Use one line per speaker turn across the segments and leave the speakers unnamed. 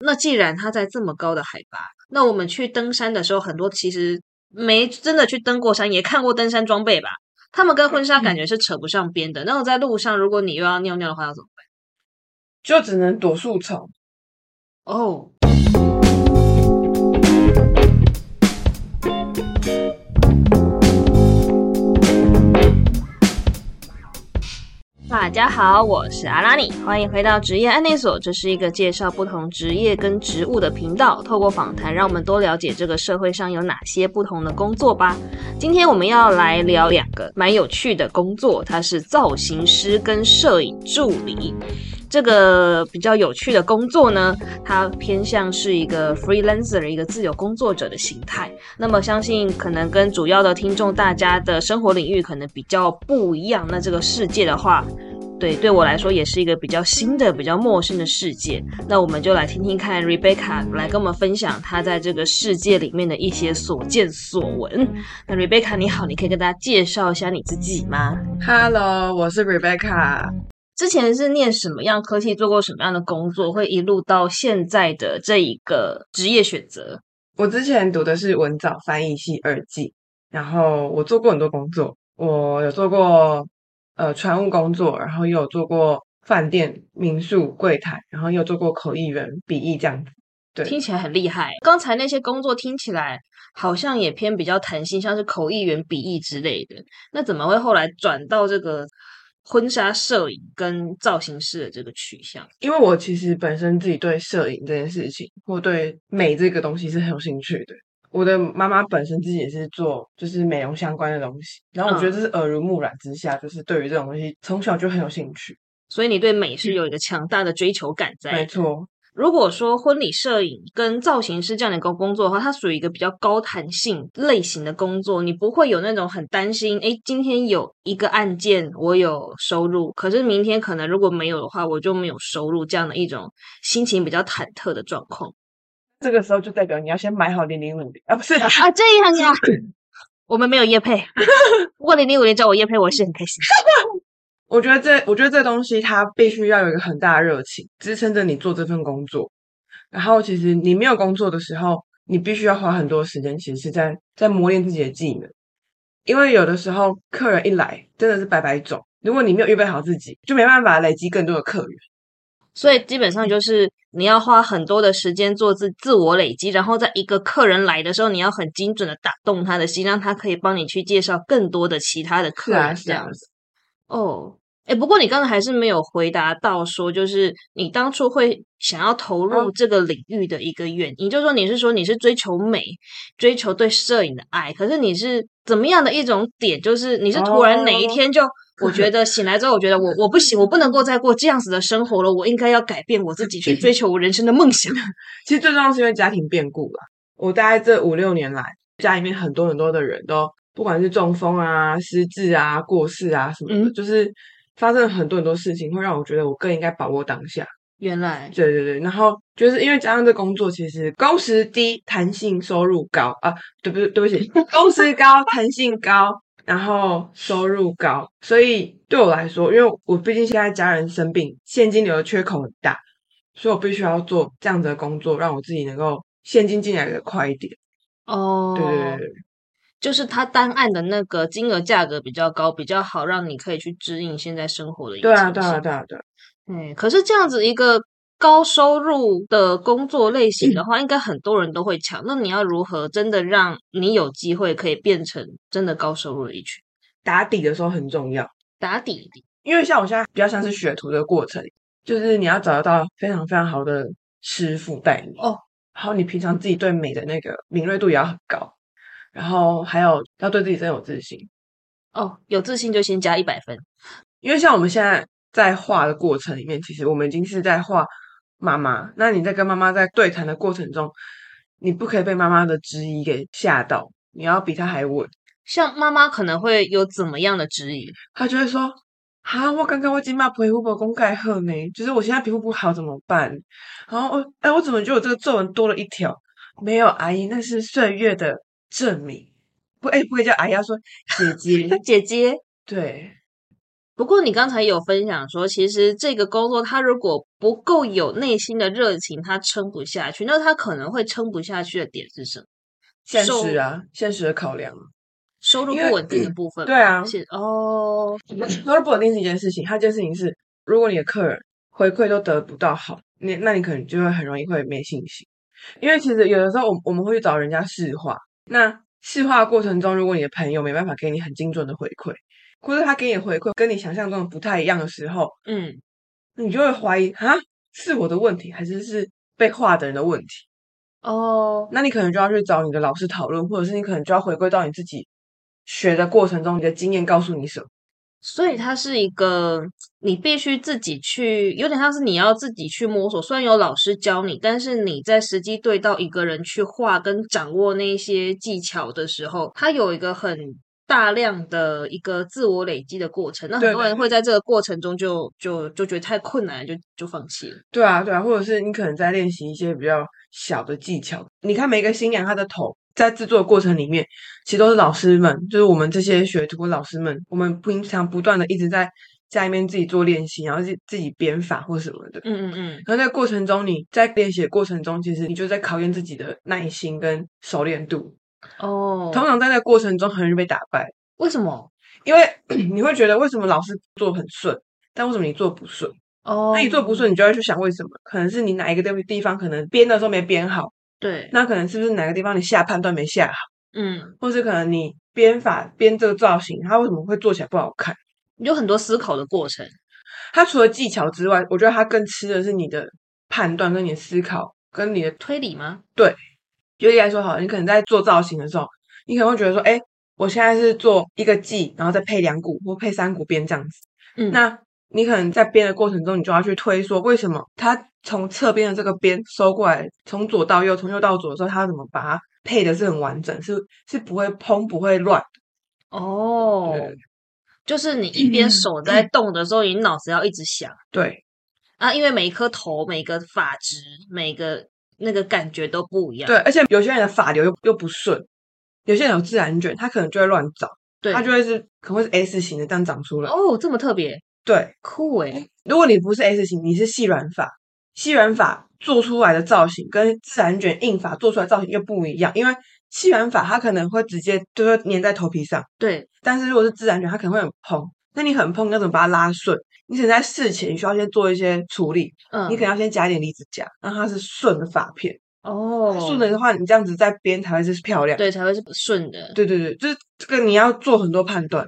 那既然它在这么高的海拔，那我们去登山的时候，很多其实没真的去登过山，也看过登山装备吧。他们跟婚纱
嗯
感觉是扯不上边的。那我在路上，如果你又要尿尿的话，要怎么
就只能躲树丛。
办？哦，大家好，我是阿拉尼，欢迎回到职业案内所。这是一个介绍不同职业跟职务的频道，透过访谈，让我们多了解这个社会上有哪些不同的工作吧。今天我们要来聊两个蛮有趣的工作，它是造型师跟摄影助理。这个比较有趣的工作呢，它偏向是一个 freelancer 一个自由工作者的形态。那么相信可能跟主要的听众大家的生活领域可能比较不一样。那这个世界的话，对对我来说也是一个比较新的、比较陌生的世界。那我们就来听听看 Rebecca 来跟我们分享她在这个世界里面的一些所见所闻。那 Rebecca 你好，你可以跟大家介绍一下你自己吗？
Hello，我是 Rebecca。
之前是念什么样科系，做过什么样的工作，会一路到现在的这一个职业选择？
我之前读的是文藻翻译系二技，然后我做过很多工作，我有做过呃船务工作，然后也有做过饭店、民宿柜台，然后也有做过口译员、笔译这样子。对
听起来很厉害。刚才那些工作听起来好像也偏比较弹性，像是口译员、笔译之类的。那怎么会后来转到这个婚纱摄影跟造型师的这个取向？
因为我其实本身自己对摄影这件事情，或对美这个东西是很有兴趣的。我的妈妈本身自己也是做就是美容相关的东西，然后我觉得这是耳濡目染之下，就是对于这种东西从小就很有兴趣。
所以你对美是有一个强大的追求感在。
没错，
如果说婚礼摄影跟造型师这样的工工作的话，它属于一个比较高弹性类型的工作，你不会有那种很担心，诶，今天有一个案件我有收入，可是明天可能如果没有的话，我就没有收入这样的一种心情比较忐忑的状况
这个时候就代表你要先买好零零五零啊，不是
啊。这样呀，我们没有业配， 不过零零五零找我业配，我是很开心。
我觉得这，我觉得这东西它必须要有一个很大的热情支撑着你做这份工作。然后，其实你没有工作的时候，你必须要花很多时间，其实是在在磨练自己的技能。因为有的时候客人一来，真的是百百种。如果你没有预备好自己，就没办法累积更多的客源。
所以基本上就是你要花很多的时间做自自我累积，然后在一个客人来的时候，你要很精准的打动他的心，让他可以帮你去介绍更多的其他的客人啊
啊
这样子。
子。
哦，哎，不过你刚才还是没有回答到说，就是你当初会想要投入
哦
这个领域的一个原因，就是说你是说你是追求美，追求对摄影的爱，可是你是怎么样的一种点？就是你是突然哪一
哦
天就，我觉得醒来之后，我觉得我我不行，我不能够再过这样子的生活了，我应该要改变我自己，去追求我人生的梦 想。
其实最重要是因为家庭变故啦。我大概这五六年来，家里面很多很多的人都，不管是中风啊、失智啊、过世啊什么的，
嗯
就是发生了很多很多事情，会让我觉得我更应该把握当下。
原 来，
对对对，然后就是因为加上这工作，其实工时低，弹性收入高啊，对不对？对不起，工时高，弹性高，然后收入高，所以对我来说，因为我毕竟现在家人生病，现金流的缺口很大，所以我必须要做这样子的工作，让我自己能够现金进来的快一点。
哦，
对对对对，
就是它单案的那个金额价格比较高，比较好让你可以去指引现在生活的一个
对啊
情
对啊
形
对啊对啊，
嗯，可是这样子一个高收入的工作类型
嗯
的话，应该很多人都会抢。那你要如何真的让你有机会可以变成真的高收入的一群？
打底的时候很重要。
打底底
因为像我现在比较像是学徒的过程，就是你要找得到非常非常好的师傅带你
哦，
然后你平常自己对美的那个敏锐度也要很高，然后还有要对自己真有自信，
哦，有自信就先加一百分。
因为像我们现在在画的过程里面，其实我们已经是在画妈妈，那你在跟妈妈在对谈的过程中，你不可以被妈妈的质疑给吓到，你要比她还稳，
像妈妈可能会有怎么样的质疑？
她就会说。啊！我刚刚我今嘛皮肤不公盖好呢，就是我现在皮肤不好怎么办？然后我哎，我怎么觉得我这个皱纹多了一条？没有阿姨，那是岁月的 证明。不哎，不会叫阿姨，要说姐姐。
姐姐，
对，
不过你刚才有分享说，其实这个工作它如果不够有内心的热情，它撑不下去。那它可能会撑不下去的点是什么？
现
收
实啊，现实的考量啊。
收入
因
不
为
稳定的部分吧。
对啊
是 哦，
收入不稳定是一件事情，还有一件事情是，如果你的客人回馈都得不到好，你那你可能就会很容易会没信心，因为其实有的时候我们我们会去找人家试话，那试话的过程中，如果你的朋友没办法给你很精准的回馈，或者他给你的回馈跟你想象中的不太一样的时候，
嗯，
你就会怀疑啊，是我的问题还是是被画的人的问题？
哦，
那你可能就要去找你的老师讨论，或者是你可能就要回归到你自己学的过程中，你的经验告诉你什么。
所以它是一个你必须自己去，有点像是你要自己去摸索。虽然有老师教你，但是你在实际对到一个人去画跟掌握那些技巧的时候，它有一个很大量的一个自我累积的过程。那很
对
多
对
人会在这个过程中就就就觉得太困难了，就就放弃了。
对啊，对啊，或者是你可能在练习一些比较小的技巧。你看每个新娘她的头在制作的过程里面，其实都是老师们，就是我们这些学徒老师们，我们平常不断的一直在家里面自己做练习，然后自己自己编法或什么的。
嗯嗯嗯，
然后在过程中，你在练习的过程中，其实你就在考验自己的耐心跟熟练度。
哦，
通常在那个过程中，很容易被打败，
为什么？
因为 你会觉得为什么老师做得很顺，但为什么你做不顺？
哦，
那你做不顺，你就会去想为什么？可能是你哪一个地地方可能编的时候没编好，
对，
那可能是不是哪个地方你下判断没下好，
嗯，
或是可能你编法编这个造型，它为什么会做起来不好看？
有很多思考的过程。
它除了技巧之外，我觉得它更吃的是你的判断、跟你的思考、跟你的。
推理吗？
举例来说，好了，你可能在做造型的时候，你可能会觉得说，哎，我现在是做一个髻，然后再配两股或配三股编这样子。
嗯，
那你可能在编的过程中，你就要去推说，为什么它从侧边的这个边收过来，从左到右，从右到左的时候，它要怎么把它配的是很完整，是是不会蓬不会乱。
哦
对，嗯
就是你一边手在动的时候，你脑子要一直想
对
啊，因为每一颗头、每个发质、每个那个感觉都不一样。
对，而且有些人的发流又又不顺，有些人有自然卷，他可能就会乱长，
对，
他就会是可能会是 S 型的这样长出来。
哦，这么特别，
对，
酷欸诶。
如果你不是 S 型，你是细软发，细软发做出来的造型跟自然卷硬发做出来的造型又不一样，因为细软发它可能会直接就是粘在头皮上。
对，
但是如果是自然卷，它可能会很蓬。那你很蓬，你要怎么把它拉顺？你可能在事前需要先做一些处理，
嗯，
你可能要先加一点离子夹，让它是顺的发片。
哦，
顺的的话，你这样子再编才会是漂亮。
对才会是顺的，
对对对，就是这个你要做很多判断。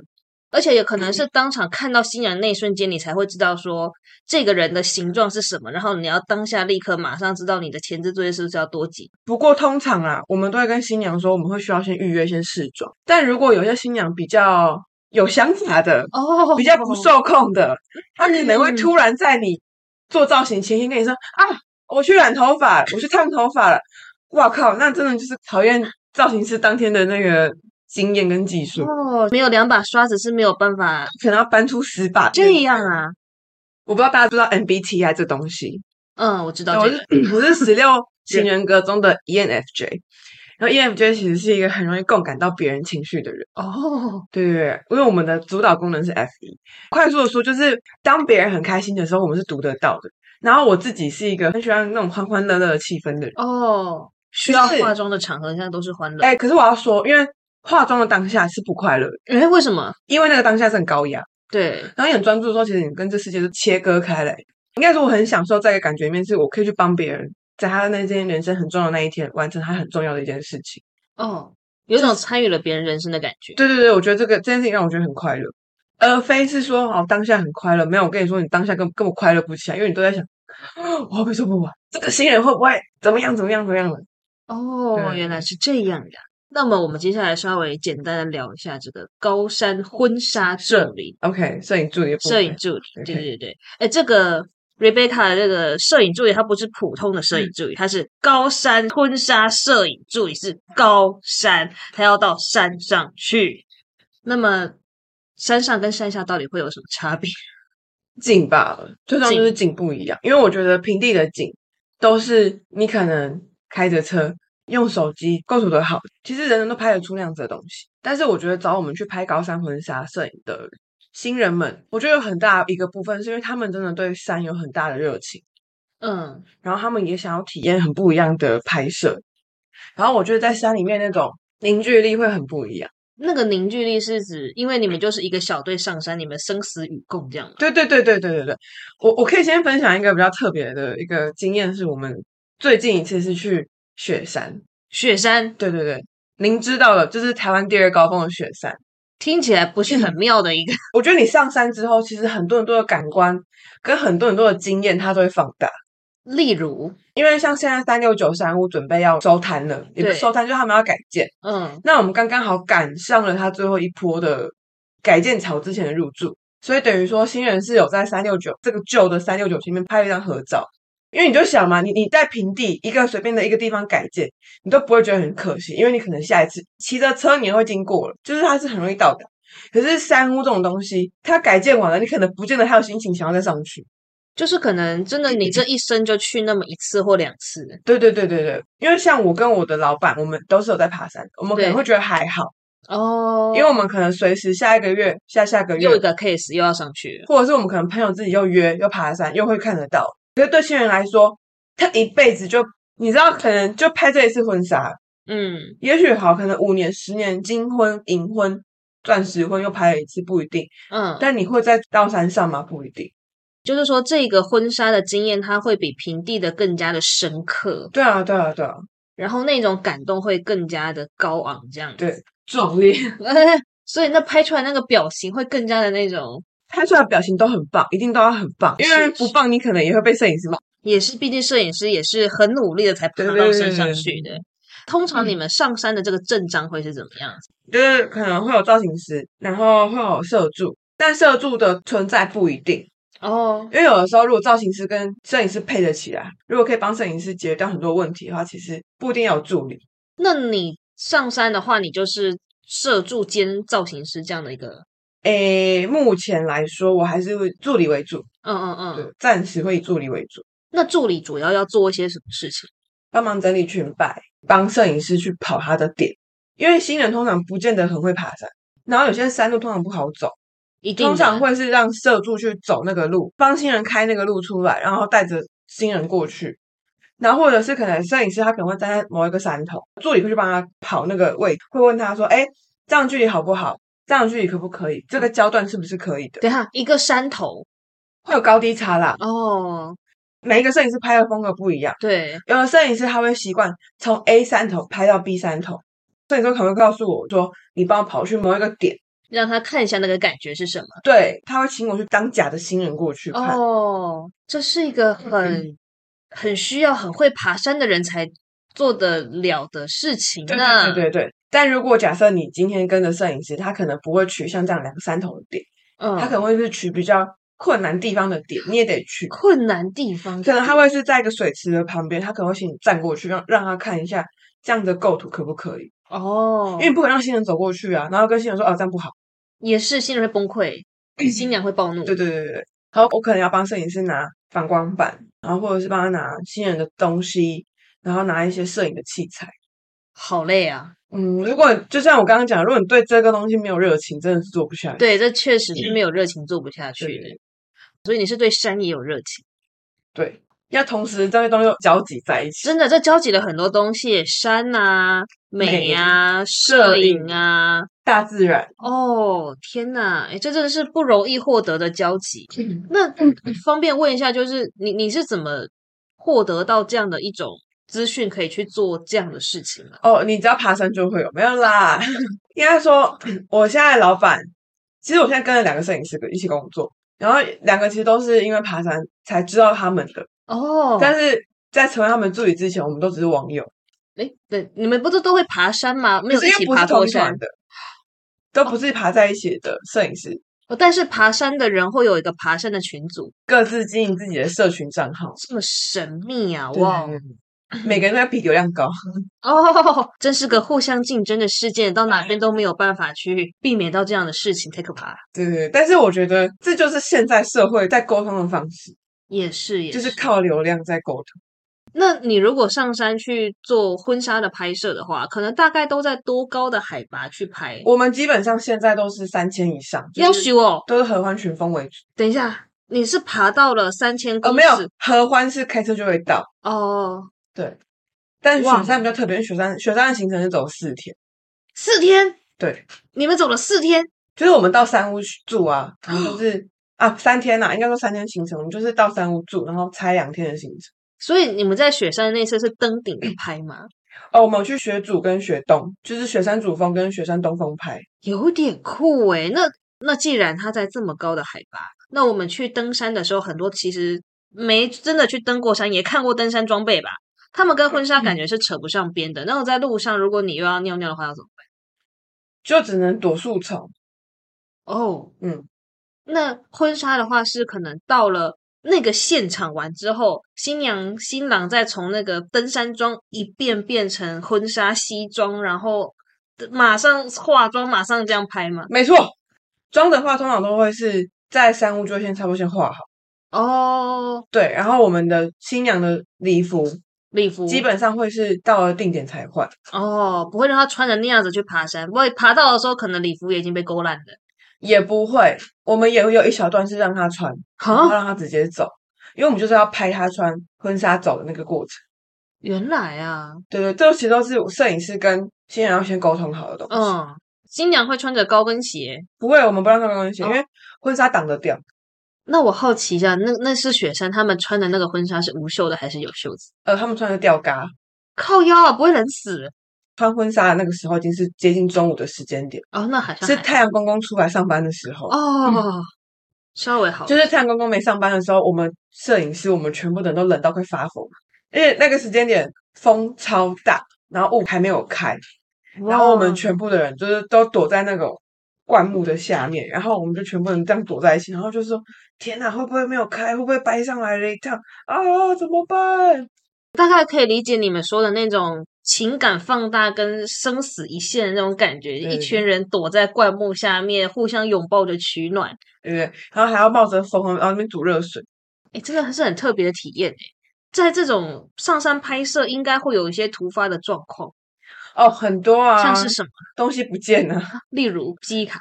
而且也可
嗯
能是当场看到新人那一瞬间，你才会知道说这个人的形状是什么，然后你要当下立刻马上知道你的前置作业是不是要多紧。
不过通常啊，我们都会跟新娘说，我们会需要先预约，先试妆。但如果有些新娘比较有想法的，
哦
比较不受控的，她可能会
嗯
突然在你做造型前先跟你说啊，我去染头发了，我去烫头发了。哇靠，那真的就是考验造型师当天的那个经验跟技术，
哦，没有两把刷子是没有办法
可能要搬出十把。
这样啊。
我不知道大家知不知道 MBTI 这东西，
嗯，我知道
我
这
是
个。
我是十 六型人格中的 E ENFJ，然后 E ENFJ 其实是一个很容易共感到别人情绪的人。
哦，
对对对，因为我们的主导功能是 F 一。快速的说，就是当别人很开心的时候，我们是读得到的。然后我自己是一个很喜欢那种欢欢乐乐的气氛的人。
哦，需要
是
化妆的场合现在都是欢乐。
哎、可是我要说，因为化妆的当下是不快乐的，
哎，为什么？
因为那个当下是很高压，
对，
然后你很专注的时候，其实你跟这世界是切割开来。应该说，我很享受在一个感觉里面，是我可以去帮别人，在他那件人生很重要的那一天，完成他很重要的一件事情。
哦，有种参与了别人人生的感觉。
对对对，我觉得这个这件事情让我觉得很快乐，而非是说哦当下很快乐。没有，我跟你说，你当下根根本快乐不起来，因为你都在想， 我会不会做不完？这个新人会不会怎么样怎么样怎么样了？
哦，
对
原来是这样呀。那么我们接下来稍微简单的聊一下这个高山婚纱
摄
助理、
OK，摄影助理的部
摄影
分，
助理。对
OK
对对，哎，这个 Rebecca 的这个摄影助理，她不是普通的摄影助理，她是高山婚纱摄影助理，是高山，她要到山上去。那么山上跟山下到底会有什么差别？
景吧，最重要就是景不一样，因为我觉得平地的景都是你可能开着车。用手机构图的好，其实人人都拍得出那样子的东西。但是我觉得找我们去拍高山婚纱摄影的新人们，我觉得有很大一个部分是因为他们真的对山有很大的热情，
嗯，
然后他们也想要体验很不一样的拍摄。然后我觉得在山里面那种凝聚力会很不一样。
那个凝聚力是指，因为你们就是一个小队上山，你们生死与共这样吗？
对对对对对对对，我我可以先分享一个比较特别的一个经验，是我们最近一次是去雪山。
雪山
对对对，您知道了，就是台湾第二高峰的雪山。
听起来不是很妙的一个，
我觉得你上山之后，其实很多很多的感官跟很多很多的经验，它都会放大。
例如，
因为像现在三六九山屋准备要收摊了，也不
对
是收摊，就是他们要改建。
嗯，
那我们刚刚好赶上了它最后一波的改建潮之前的入住，所以等于说新人是有在三六九这个旧的三六九前面拍了一张合照。因为你就想嘛，你你在平地一个随便的一个地方改建，你都不会觉得很可惜，因为你可能下一次骑着车你也会经过了，就是它是很容易到达。可是山屋这种东西，它改建完了，你可能不见得还有心情想要再上去。
就是可能真的你这一生就去那么一次或两次，
对对对对对，因为像我跟我的老板，我们都是有在爬山，我们可能
对
会觉得还好，
哦
因为我们可能随时下一个月、下下个月
又一个 case 又要上去了，
或者是我们可能朋友自己又约又爬山，又会看得到。可是对新人来说，他一辈子就你知道，可能就拍这一次婚纱，
嗯，
也许好，可能五年、十年金婚、银婚、钻石婚又拍了一次，不一定。
嗯，
但你会再到山上吗？不一定。
就是说这个婚纱的经验，它会比平地的更加的深刻，
对啊，对啊，对啊，
然后那种感动会更加的高昂，这样子。
对，壮烈，
所以那拍出来那个表情会更加的那种，
拍出来的表情都很棒，一定都要很棒，因为
是
不棒你可能也会被摄影师骂。
也是毕竟摄影师也是很努力的才爬
对
到
对
山
对
上
对嗯
去的。通常你们上山的这个阵仗会是怎么样子？
就是可能会有造型师，然后会有摄助，但摄助的存在不一定。
哦，
因为有的时候，如果造型师跟摄影师配得起来，如果可以帮摄影师解决掉很多问题的话，其实不一定要有助理。
那你上山的话，你就是摄助兼造型师这样的一个，
诶，目前来说，我还是会助理为主，
嗯嗯
对
嗯。，
暂时会以助理为主，
那助理主要要做一些什么事情？
帮忙整理裙摆，帮摄影师去跑他的点。因为新人通常不见得很会爬山，然后有些山路通常不好走，
一定
通
的
常会是让社助去走那个路，帮新人开那个路出来，然后带着新人过去。然后或者是可能摄影师他可能会站在某一个山头，助理会去帮他跑那个位置，会问他说：“哎，这样距离好不好？这样距离可不可以？这个焦段是不是可以的
等一下一个山头？”
会有高低差啦，
哦，
每一个摄影师拍的风格不一样，
对，
有的摄影师他会习惯从 A 山头拍到 B 山头，摄影师可能会告诉我说：“你帮我跑去某一个点。
让他看一下那个感觉是什么。”
对，他会请我去当假的新人过去看。
哦，这是一个很很需要很会爬山的人才做得了的事情
对
呢。
对对对对。但如果假设你今天跟着摄影师，他可能不会取像这样两个山头的点，
嗯，
他可能会是取比较困难地方的点，你也得去。
困难地方
可能他会是在一个水池的旁边，他可能会请你站过去，让让他看一下这样的构图可不可以，
哦
因，为你不可能让新人走过去啊，然后跟新人说哦这样不好。
也是新人会崩溃，新娘会暴怒。
对对对对对。然后我可能要帮摄影师拿反光板，然后或者是帮他拿新人的东西，然后拿一些摄影的器材。
好累啊！
嗯，如果就像我刚刚讲，如果你对这个东西没有热情，真的是做不下去。
对，嗯这确实是没有热情做不下去
对
的。所以你是对山也有热情，
对，要同时这些东西都交集在一起。
真的，这交集了很多东西，山啊、美
美
啊、摄
摄
影
影
啊。
大自然，
哦，天呐，哎，这真的是不容易获得的交集。那
嗯
方便问一下，就是你你是怎么获得到这样的一种资讯，可以去做这样的事情吗？
哦，你只要爬山就会有，没有啦。 应该说，我现在的老板，其实我现在跟了两个摄影师一起工作，然后两个其实都是因为爬山才知道他们的，
哦，
但是在成为他们助理之前，我们都只是网友，
哎，对，你们不是都会爬山吗？没有
是
一
因
起
为不
爬
是
过
同
山
团，的，都不是爬在一起的摄影师，
哦但是爬山的人会有一个爬山的群组，
各自经营自己的社群账号。
这么神秘啊！
对
哇，
每个人都要比流量高，
哦，真是个互相竞争的世界，到哪边都没有办法去避免到这样的事情，太可怕了。
对对对。但是我觉得这就是现在社会在沟通的方式，
也是，也
就是靠流量在沟通。
那你如果上山去做婚纱的拍摄的话，可能大概都在多高的海拔去拍？
我们基本上现在都是三千以上，就
要
是
修哦！
都是合欢群峰为主。
等一下，你是爬到了三千公
呃，
尺？
没有，合欢是开车就会到，
哦，
对。但雪
哇
山比较特别，雪山雪山的行程是走四天，
四天，
对，
你们走了四天，
就是我们到山屋去住啊，然
哦
后就是啊三天呐、应该说三天行程，我们就是到山屋住，然后拆两天的行程。
所以你们在雪山那次是登顶的拍吗？
哦，我们有去雪主跟雪东，就是雪山主峰跟雪山东峰拍。
有点酷诶、那那既然它在这么高的海拔，那我们去登山的时候，很多其实没真的去登过山，也看过登山装备吧。他们跟婚纱感觉是扯不上边的。那我在路上，如果你又要尿尿的话，要怎么
就只能躲树丛，
办？哦，
嗯，
那婚纱的话是可能到了那个现场完之后，新娘新郎再从那个登山装一变变成婚纱西装，然后马上化妆，马上这样拍吗？
没错。妆的话，通常都会是在山屋就会先差不多先画好，
哦，
对。然后我们的新娘的礼服
礼服
基本上会是到了定点才换，
哦，不会让他穿成那样子去爬山，不会爬到的时候可能礼服也已经被勾烂了。
也不会。我们也会有一小段是让她穿，然后
哈，
让她直接走，因为我们就是要拍她穿婚纱走的那个过程。
原来啊，
对对，这其实都是摄影师跟新人要先沟通好的东西。
嗯，新娘会穿着高跟鞋。
不会，我们不让他穿高跟鞋，
哦
因为婚纱挡得掉。
那我好奇一下，那那是雪山他们穿的那个婚纱是无袖的还是有袖子？
呃，他们穿的吊嘎，
靠腰啊，不会冷死
穿婚纱的那个时候已经是接近中午的时间点，
哦。那好像
是
还
太阳公公出来上班的时候。
哦，稍微好，
就是太阳公公没上班的时候，我们摄影师我们全部人都冷到快发疯，因为那个时间点风超大，然后雾还没有开，然后我们
哇
全部的人就是都躲在那个灌木的下面，然后我们就全部人这样躲在一起，然后就说：“天哪，会不会没有开？会不会掰上来了一趟啊？怎么办
大概可以理解你们说的那种情感放大跟生死一线的那种感觉，一
嗯
群人躲在灌木下面互相拥抱着取暖。？”
对不对？然后还要冒着风，然后那边煮热水。
哎，这个还是很特别的体验哎。在这种上山拍摄，应该会有一些突发的状况，
哦，很多啊，
像是什么，
东西不见了，
例如记忆卡。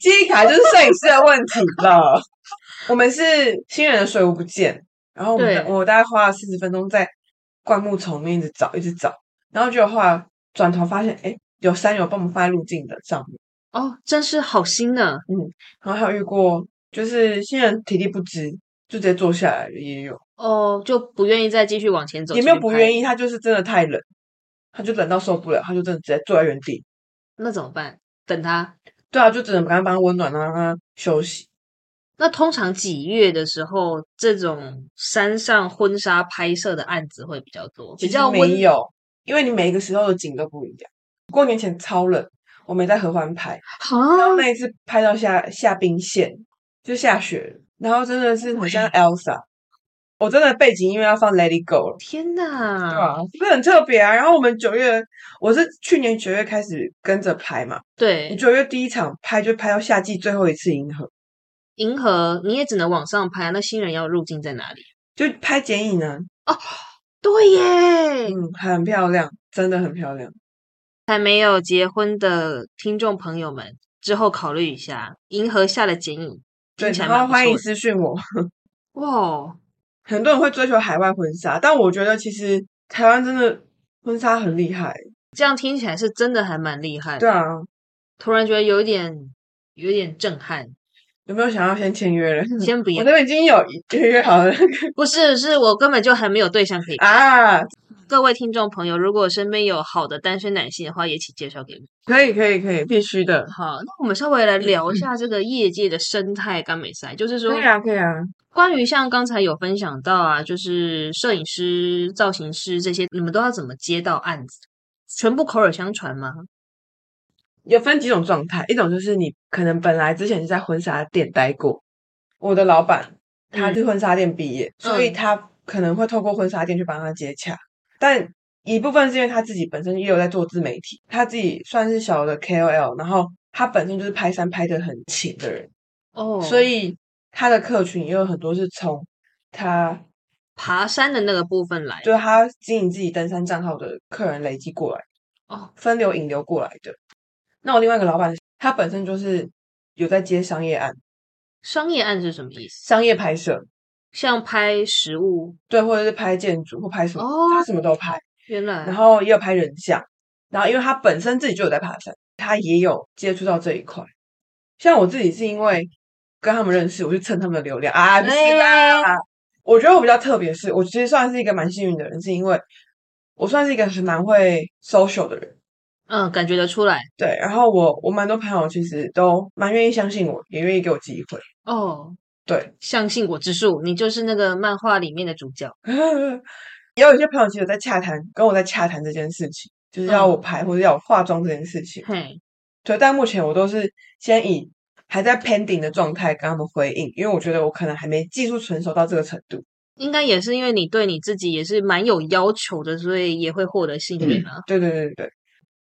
记忆卡就是摄影师的问题了。 我们是新人的水壶不见，然后我们
对
我大概花了四十分钟在灌木丛里面一直找，一直找，然后就话转头发现，哎，有山友帮我们放在路径的上面，
哦，真是好啊心呢。
然后还有遇过就是新人体力不支，就直接坐下来了，也有，
哦，就不愿意再继续往前走，
也没有
继续
不
拍
愿意，他就是真的太冷，他就冷到受不了，他就真的直接坐在原地。
那怎么办？等他。
对啊，就只能赶快帮他温暖，然后让他休息。
那通常几月的时候，这种山上婚纱拍摄的案子会比较多，
其
比
实
较温
没有，因为你每一个时候的景都不一样。过年前超冷，我们也在合欢拍，然后
啊，
那一次拍到下下冰线，就下雪了，然后真的是很像 Elsa。我真的背景音乐要放 Let It Go 了，
天
对
呐，
吧？是不是很特别啊？然后我们九月，我是去年九月开始跟着拍嘛，
对，
九月第一场拍就拍到夏季最后一次银河，
银河你也只能往上拍，那新人要入境在哪里？
就拍剪影呢，
对耶，
嗯，很漂亮，真的很漂亮。
还没有结婚的听众朋友们，之后考虑一下银河下的剪影，
对，
听起来
然
蛮
后
不
欢迎
错的
私讯我。
哇哦，
很多人会追求海外婚纱，但我觉得其实台湾真的婚纱很厉害。
这样听起来是真的还蛮厉害的。
对啊，
突然觉得有一点有一点震撼。
有没有想要先签约 了？
先不
嗯我
要，
这边已经有一约好了
不是，是我根本就还没有对象可以。
啊，
各位听众朋友，如果身边有好的单身男性的话，也请介绍给我。
可以可以可以，必须的。
好，那我们稍微来聊
嗯
一下这个业界的生态干美赛，就是说
可以啊，可以啊，
关于像刚才有分享到啊，就是摄影师、造型师这些，你们都要怎么接到案子？全部口耳相传吗？
有分几种状态，一种就是你可能本来之前是在婚纱店待过，我的老板他
嗯
是婚纱店毕业，所以
嗯
他可能会透过婚纱店去帮他接洽，但一部分是因为他自己本身也有在做自媒体，他自己算是小的 KOL，然后他本身就是拍山拍的很勤的人，
哦
所以他的客群也有很多是从他
爬山的那个部分来。
就是他经营自己登山账号的客人累积过来，
哦，
分流引流过来的。那我另外一个老板，他本身就是有在接商业案、
商业案是什么意思？
商业拍摄，
像拍食物，
对，或者是拍建筑或拍什么，
哦
他什么都拍。
原来
然后也有拍人像，然后因为他本身自己就有在爬山，他也有接触到这一块。像我自己是因为跟他们认识，我去蹭他们的流量啊，不是
哎
啦。我觉得我比较特别是，我其实算是一个蛮幸运的人，是因为我算是一个还蛮会 social 的人，
嗯，感觉得出来
对。然后我我蛮多朋友其实都蛮愿意相信我，也愿意给我机会，
哦。
对。
相信我之术，你就是那个漫画里面的主角。
也有一些朋友其实有在洽谈，跟我在洽谈这件事情，就是要我拍或者要我化妆这件事情。
嘿，
对，但目前我都是先以还在 pending 的状态跟他们回应，因为我觉得我可能还没技术成熟到这个程度。
应该也是因为你对你自己也是蛮有要求的，所以也会获得信任啊。
对对对对对，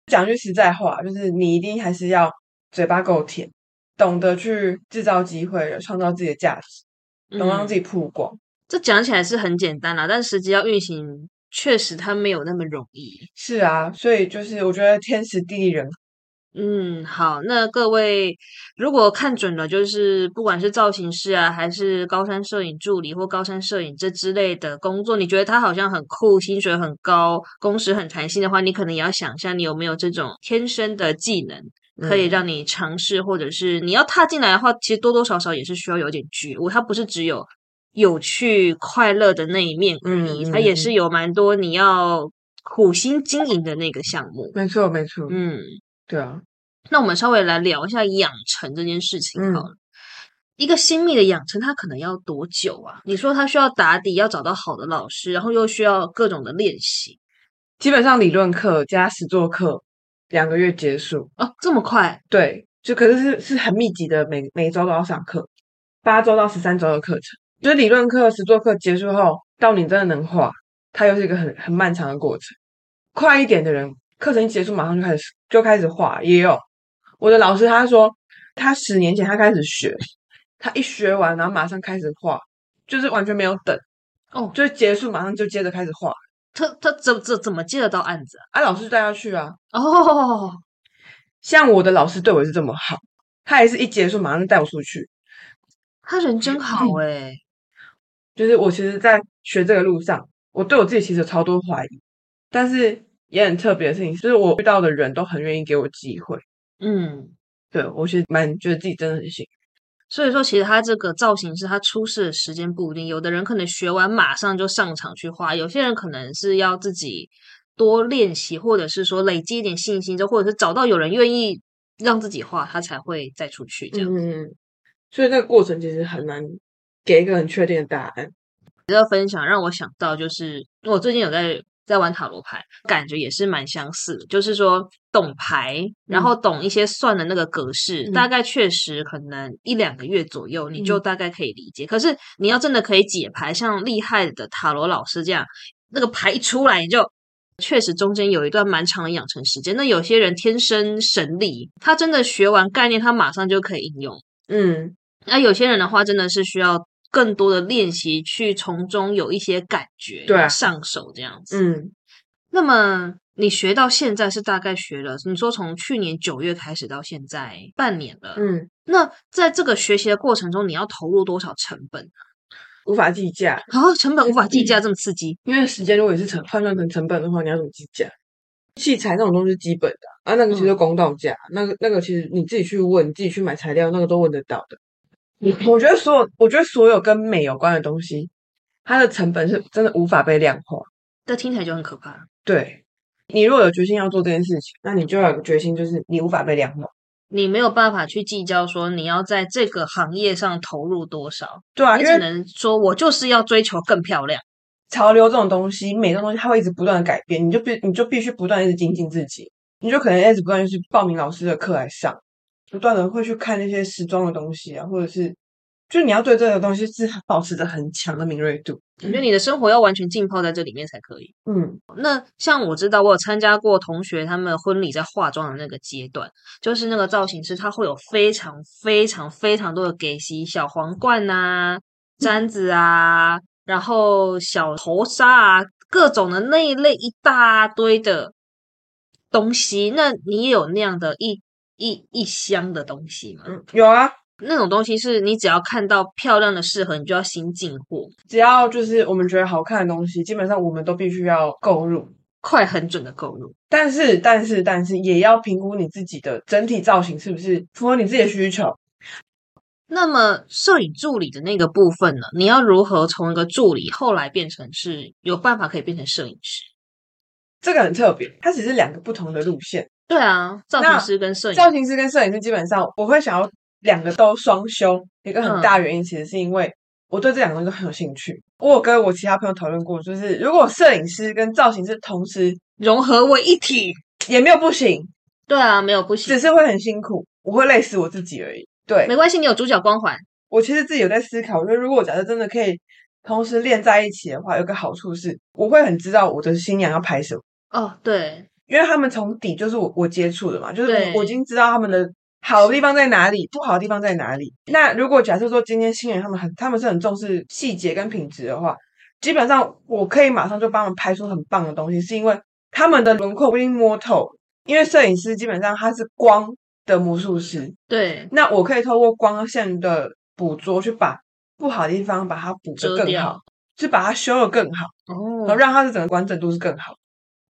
讲句实在话，就是你一定还是要嘴巴够甜，懂得去制造机会，创造自己的价值，懂得让
嗯
自己曝光。
这讲起来是很简单啦，但实际要运行，确实它没有那么容易。
是啊，所以就是我觉得天时地利人和
嗯，好，那各位如果看准了，就是不管是造型师啊，还是高山摄影助理或高山摄影这之类的工作，你觉得它好像很酷，薪水很高，工时很弹性的话，你可能也要想一下，你有没有这种天生的技能。可以
嗯
让你尝试，或者是你要踏进来的话，其实多多少少也是需要有点觉悟。它不是只有有趣快乐的那一面而已，
嗯
它也
嗯
是有蛮多你要苦心经营的那个项目。
没错没错，
嗯，
对啊，
那我们稍微来聊一下养成这件事情
嗯
好了。一个新密的养成，它可能要多久啊？你说它需要打底，要找到好的老师，然后又需要各种的练习
基本上理论课加实作课两个月结束。
哦，这么快？
对，就可是是是很密集的，每每周都要上课，八周到十三周的课程。就是理论课、实作课结束后，到你真的能画，它又是一个很很漫长的过程。快一点的人，课程一结束马上就开始就开始画，也有我的老师他说，他十年前他开始学，他一学完然后马上开始画，就是完全没有等，
哦，
就是结束马上就接着开始画。
他他怎怎怎么接得到案子
啊，老师带他去啊，
啊？哦，
像我的老师对我也是这么好，他也是一结束马上就带我出去。
他人真好
嗯
欸诶、
就是我其实，在学这个路上，我对我自己其实有超多怀疑，但是也很特别的事情，就是我遇到的人都很愿意给我机会。
嗯，
对我其实蛮觉得自己真的很幸运。
所以说，其实他这个造型师，他出事的时间不一定。有的人可能学完马上就上场去画，有些人可能是要自己多练习，或者是说累积一点信心，就或者是找到有人愿意让自己画，他才会再出去这样。
嗯，所以那个过程其实很难给一个很确定的答案。
这个分享让我想到，就是因为我最近有在在玩塔罗牌，感觉也是蛮相似的。就是说懂牌，然
嗯
后懂一些算的那个格式，
嗯
大概确实可能一两个月左右，你就
嗯
大概可以理解。可是你要真的可以解牌，像厉害的塔罗老师这样，那个牌一出来你就。确实，中间有一段蛮长的养成时间。那有些人天生神力，他真的学完概念，他马上就可以应用。
嗯
那有些人的话，真的是需要更多的练习，去从中有一些感觉，
对啊
上手这样子。
嗯，
那么你学到现在是大概学了，你说从去年九月开始到现在半年了。
嗯，
那在这个学习的过程中，你要投入多少成本
无法计价，
啊？成本无法计
嗯
价，这么刺激。
因为时间如果也是成换算成成本的话，你要怎么计价？器材那种东西是基本的啊，啊那个
嗯
其实就公道价，那个那个其实你自己去问，你自己去买材料，那个都问得到的。
嗯
我觉得所有，我觉得所有跟美有关的东西，它的成本是真的无法被量化。
这听起来就很可怕。
对你如果有决心要做这件事情，那你就要有个决心，就是你无法被量化。
你没有办法去计较说你要在这个行业上投入多少，
对啊，
你
因
只
为
能说我就是要追求更漂亮。
潮流这种东西，美这种东西，它会一直不断的改变，你就必你就必须不断地一直精进自己，你就可能一直不断地去报名老师的课来上，不断的会去看那些时装的东西啊，或者是就你要对这个东西是保持着很强的敏锐度。
我觉得你的生活要完全浸泡在这里面才可以。
嗯
那像我知道，我有参加过同学他们婚礼在化妆的那个阶段，就是那个造型师他会有非常非常非常多的给息，小皇冠啊、簪子啊、然后小头纱啊，各种的那一类一大堆的东西。那你有那样的一一一箱的东西吗？
嗯，有啊，
那种东西是你只要看到漂亮的适合，你就要新进货，
只要就是我们觉得好看的东西，基本上我们都必须要购入。
快很准的购入。
但是，但是，但是，也要评估你自己的整体造型是不是符合你自己的需求。
那么摄影助理的那个部分呢？你要如何从一个助理后来变成是有办法可以变成摄影师？
这个很特别，它只是两个不同的路线。
对啊，造型
那
师跟摄影
造型师跟摄影师基本上，我会想要两个都双修。一个很
嗯
大原因其实是因为我对这两个东西都很有兴趣。我有跟我其他朋友讨论过，就是如果摄影师跟造型师同时
融合为一体。
也没有不行，
对啊，没有不行
只，是会很辛苦，我会累死我自己而已。对
没关系，你有主角光环。
我其实自己有在思考，就是如果我假设真的可以同时练在一起的话，有个好处是，我会很知道我的新娘要拍什么。
哦，对，
因为他们从底就是我我接触的嘛，就是
对
我我已经知道他们的好的地方在哪里，不好的地方在哪里。那如果假设说今天新人他们很他们是很重视细节跟品质的话，基本上我可以马上就帮他们拍出很棒的东西，是因为他们的轮廓我已经摸透了。因为摄影师基本上他是光的魔术师，
对，
那我可以透过光线的捕捉去把不好的地方把它补得
遮
更
掉
好，去把它修得更好，然后
哦，
让它的整个完整度是更好。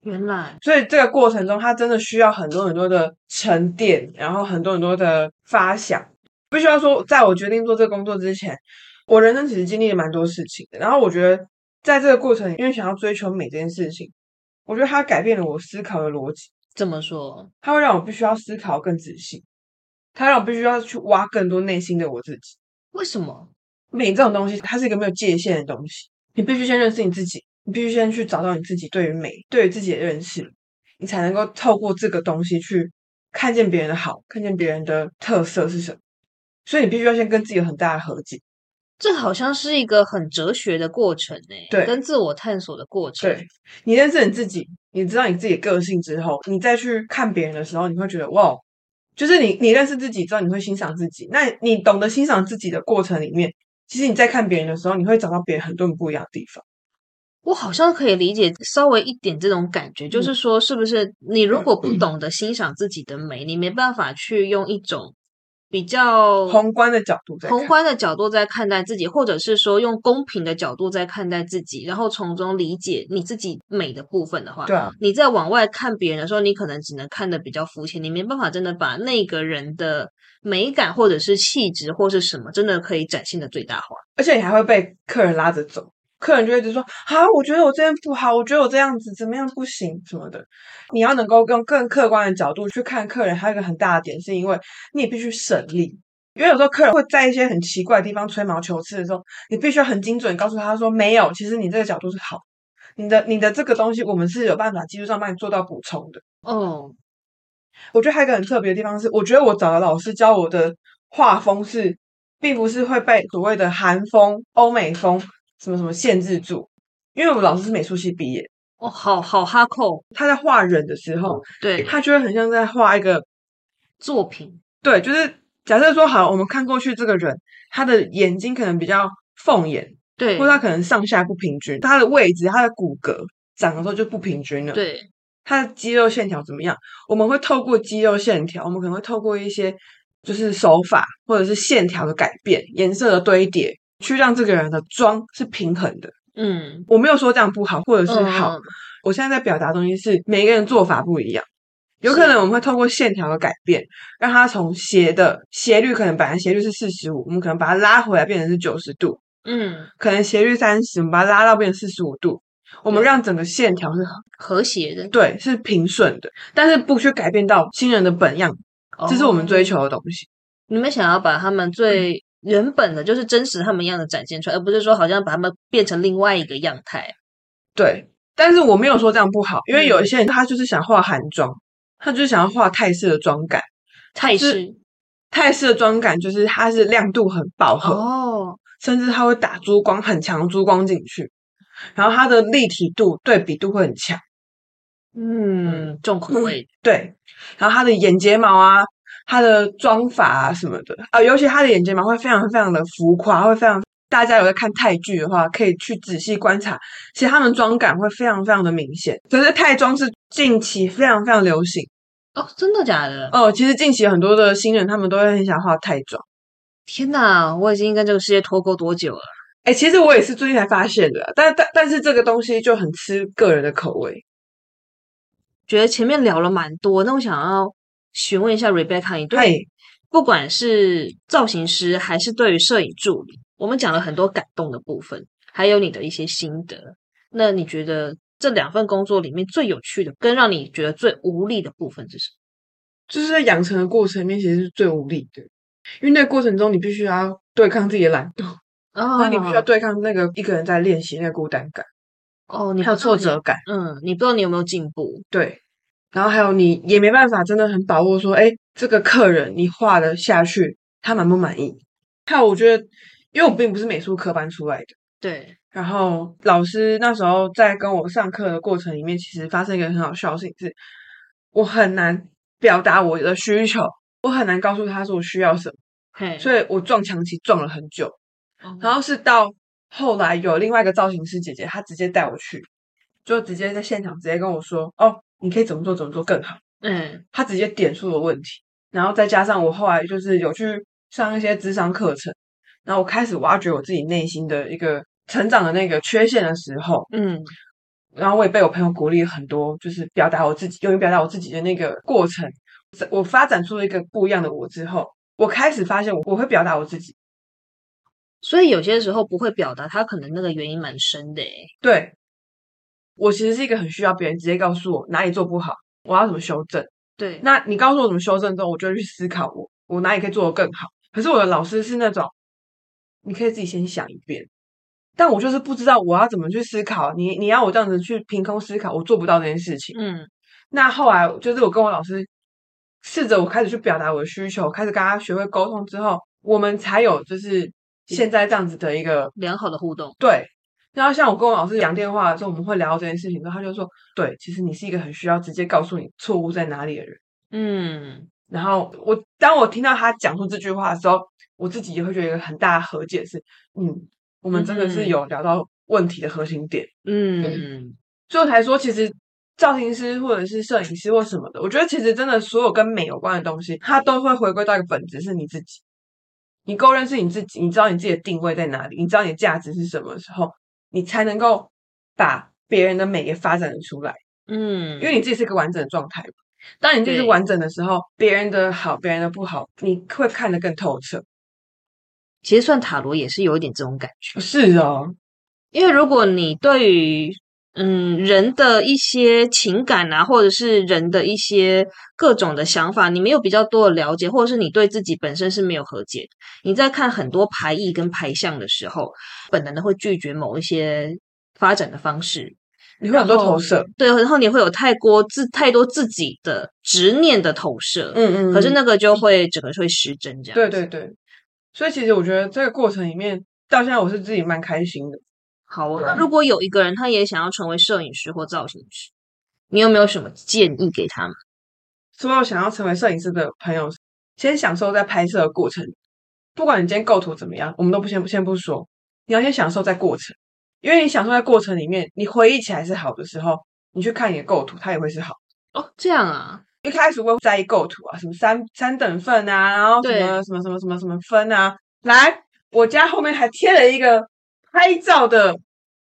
原来
所以这个过程中，它真的需要很多很多的沉淀，然后很多很多的发想。必须要说，在我决定做这个工作之前，我人生其实经历了蛮多事情的。然后我觉得，在这个过程，因为想要追求美这件事情，我觉得它改变了我思考的逻辑，
这么说，
它会让我必须要思考更仔细，它让我必须要去挖更多内心的我自己。
为什么？
美这种东西，它是一个没有界限的东西。你必须先认识你自己，你必须先去找到你自己对于美、对于自己的认识，你才能够透过这个东西去看见别人的好，看见别人的特色是什么。所以你必须要先跟自己有很大的和解。
这好像是一个很哲学的过程诶，
对
跟自我探索的过程，
对你认识你自己，你知道你自己的个性之后，你再去看别人的时候，你会觉得哇，哦就是你你认识自己之后，你会欣赏自己。那你懂得欣赏自己的过程里面，其实你在看别人的时候，你会找到别人很多很不一样的地方。
我好像可以理解稍微一点这种感觉，就
嗯
是说，是不是你如果不懂得欣赏自己的美，你没办法去用一种比较
宏观的角度在看
宏观的角度在看待自己，或者是说用公平的角度在看待自己，然后从中理解你自己美的部分的话，
对啊，
你在往外看别人的时候，你可能只能看得比较肤浅，你没办法真的把那个人的美感或者是气质或是什么，真的可以展现的最大化。
而且你还会被客人拉着走，客人就会一直说啊，我觉得我这样不好，我觉得我这样子怎么样不行什么的。你要能够用更客观的角度去看客人，还有一个很大的点，是因为你也必须省力。因为有时候客人会在一些很奇怪的地方吹毛求疵的时候，你必须要很精准地告诉他说没有，其实你这个角度是好，你的你的这个东西我们是有办法技术上帮你做到补充的。
哦，
我觉得还有一个很特别的地方是，我觉得我找的老师教我的画风是，并不是会被所谓的韩风、欧美风什么什么限制住，因为我老师是美术系毕业，
哦，好好哈扣，
他在画人的时候，
对，
他就会很像在画一个，
作品，
对，就是假设说好，我们看过去这个人，他的眼睛可能比较凤眼，
对
或者他可能上下不平均，他的位置、他的骨骼长的时候就不平均了，
对，
它的肌肉线条怎么样？我们会透过肌肉线条，我们可能会透过一些就是手法或者是线条的改变、颜色的堆叠，去让这个人的妆是平衡的。
嗯，
我没有说这样不好，或者是好。
嗯
我现在在表达的东西是每个人做法不一样，有可
是
能我们会透过线条的改变，让它从斜的斜率，可能本来斜率是四十五，我们可能把它拉回来变成是九十度，
嗯，
可能斜率三十，我们把它拉到变成四十五度，我们
对
让整个线条是
和谐的，
对，是平顺的，但是不去改变到新人的本样，这是我们追
哦
求的嗯东西。
你们想要把他们最原本的，就是真实他们一样的展现出来，而不是说好像把他们变成另外一个样态。
对，但是我没有说这样不好，因为有
嗯
一些人他就是想画韩妆，他就是想要画泰式的妆感。
态
是
势
泰式的妆感就是它是亮度很饱和，
哦，
甚至它会打珠光，很强的珠光进去，然后它的立体度、对比度会很强。
嗯，重口味，
对，然后他的眼睫毛啊，他的妆法啊什么的啊，尤其他的眼睫毛会非常非常的浮夸，会非常大家有在看泰剧的话，可以去仔细观察，其实他们妆感会非常非常的明显。可是泰妆是近期非常非常流行
哦，真的假的？
哦。其实近期很多的新人他们都会很想画泰妆。
天哪，我已经跟这个世界脱钩多久了？
哎、其实我也是最近才发现的啊，但但但是这个东西就很吃个人的口味。
觉得前面聊了蛮多，那我想要询问一下 Rebecca，你
哎
对不管是造型师还是对于摄影助理，我们讲了很多感动的部分，还有你的一些心得。那你觉得这两份工作里面最有趣的，跟让你觉得最无力的部分是什么？
就是在养成的过程里面，其实是最无力的，因为那个过程中你必须要对抗自己的懒惰，然
哦
后你必须要对抗那个一个人在练习那个孤单感，
哦，你
还有
不知道
挫
你，
折感，
嗯，你不知道你有没有进步，
对。然后还有你也没办法真的很把握说，哎，这个客人你画的下去，他满不满意？还有我觉得，因为我并不是美术科班出来的，
对，
然后老师那时候在跟我上课的过程里面，其实发生一个很好笑的事情是，我很难表达我的需求，我很难告诉他说我需要什么。
嘿，
所以我撞墙期撞了很久，
哦
然后是到后来有另外一个造型师姐姐，她直接带我去，就直接在现场直接跟我说，哦，你可以怎么做怎么做更好，
嗯，
她直接点出了问题，然后再加上我后来就是有去上一些智商课程，然后我开始挖掘我自己内心的一个成长的那个缺陷的时候，
嗯，
然后我也被我朋友鼓励很多，就是表达我自己，勇于表达我自己的那个过程。我发展出了一个不一样的我之后，我开始发现我我会表达我自己，
所以有些时候不会表达，他可能那个原因蛮深的欸诶。
对，我其实是一个很需要别人直接告诉我哪里做不好，我要怎么修正。
对，
那你告诉我怎么修正之后，我就会去思考我我哪里可以做得更好。可是我的老师是那种，你可以自己先想一遍，但我就是不知道我要怎么去思考。你你要我这样子去凭空思考，我做不到这件事情。
嗯，
那后来就是我跟我老师试着我开始去表达我的需求，开始跟他学会沟通之后，我们才有就是现在这样子的一个
良好的互动，
对，然后像我跟我老师讲电话的时候，我们会聊到这件事情之后，他就说，对，其实你是一个很需要直接告诉你错误在哪里的人。
嗯，
然后我当我听到他讲出这句话的时候，我自己也会觉得有一个很大的和解是，嗯，我们真的是
嗯
有聊到问题的核心点，
嗯。
最后才说其实。造型师或者是摄影师或什么的，我觉得其实真的所有跟美有关的东西，它都会回归到一个本质，是你自己。你够认识你自己，你知道你自己的定位在哪里，你知道你的价值是什么的时候，你才能够把别人的美也发展得出来。
嗯，
因为你自己是一个完整的状态嘛。当你自己是
对
完整的时候，别人的好，别人的不好，你会看得更透彻。
其实算塔罗也是有一点这种感觉，
是哦，
因为如果你对于嗯人的一些情感啊，或者是人的一些各种的想法，你没有比较多的了解，或者是你对自己本身是没有和解的，你在看很多牌意跟牌象的时候，本能的会拒绝某一些发展的方式，
你会有很多投射。
对，然后你会有太过自太多自己的执念的投射，
嗯嗯
可是，那个就会整个会失真这样，
对对，对。所以其实我觉得这个过程里面，到现在我是自己蛮开心的。
好哦，那如果有一个人他也想要成为摄影师或造型师，你有没有什么建议给他们？
所有想要成为摄影师的朋友，先享受在拍摄的过程。不管你今天构图怎么样，我们都不先先不说，你要先享受在过程，因为你享受在过程里面，你回忆起来是好的时候，你去看你的构图，它也会是好的。
哦，这样啊，
一开始我也在意构图啊，什么三三等份啊，然后
对
什么什么什么什么什么分啊。来，我家后面还贴了一个拍照的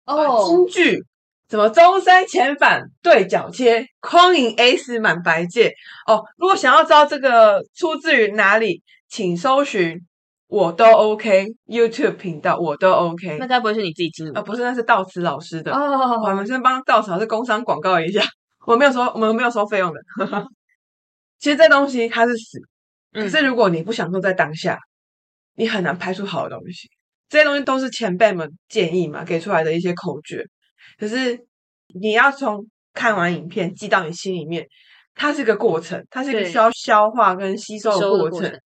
哦
呃金句，什么中山前反对角切，框影 S 满白界哦。如果想要知道这个出自于哪里，请搜寻我都 OK YouTube 频道，我都 OK
那。该不会是你自己经营
啊，？不是，那是道慈老师的。我
哦，
们先帮稻草是工商广告一下，我没有收，我们没有收费用的。 其实这东西它是死，可
嗯
是如果你不享受在当下，你很难拍出好的东西。这些东西都是前辈们建议嘛，给出来的一些口诀。可是你要从看完影片记到你心里面，它是个过程，它是一个
对
需要消化跟吸收的
收的
过
过
程
程。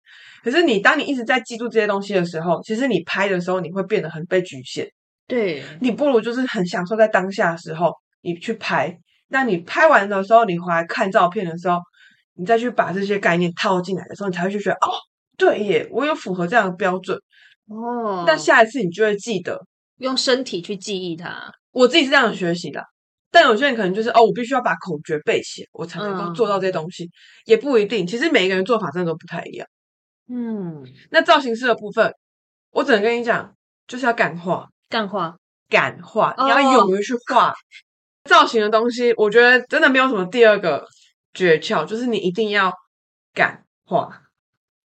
可是你当你一直在记住这些东西的时候，其实你拍的时候你会变得很被局限。
对，
你不如就是很享受在当下的时候，你去拍。那你拍完的时候，你回来看照片的时候，你再去把这些概念套进来的时候，你才会去觉得哦，对耶，我有符合这样的标准。
哦
但下一次你就会记得。
用身体去记忆它，
我自己是这样学习的啊，但有些人可能就是哦，我必须要把口诀背起来，我才能够
嗯
做到这些东西，也不一定。其实每一个人做法真的都不太一样。
嗯，
那造型师的部分，我只能跟你讲，就是要感化，
干话，
感化，
哦
你要勇于去画、造型的东西。我觉得真的没有什么第二个诀窍，就是你一定要感化。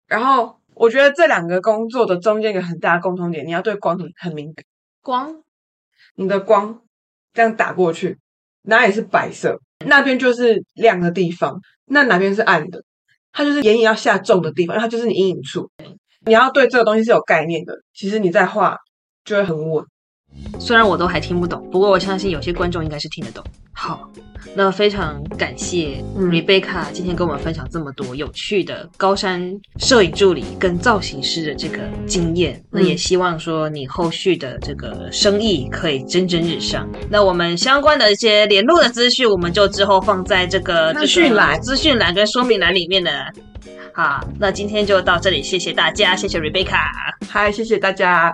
然后我觉得这两个工作的中间一个很大的共同点，你要对光很很敏感，
光
你的光这样打过去，哪里是白色，那边就是亮的地方，那哪边是暗的，它就是眼影要下重的地方，因为它就是你阴影处。你要对这个东西是有概念的，其实你在画就会很稳。
虽然我都还听不懂，不过我相信有些观众应该是听得懂。好，那非常感谢
嗯
Rebecca 今天跟我们分享这么多有趣的高山摄影助理跟造型师的这个经验。
嗯
那也希望说你后续的这个生意可以蒸蒸日上。那我们相关的一些联络的资讯，我们就之后放在这个
资讯栏
资讯栏跟说明栏里面的。好，那今天就到这里，谢谢大家，谢谢 Rebecca。
嗨，谢谢大家。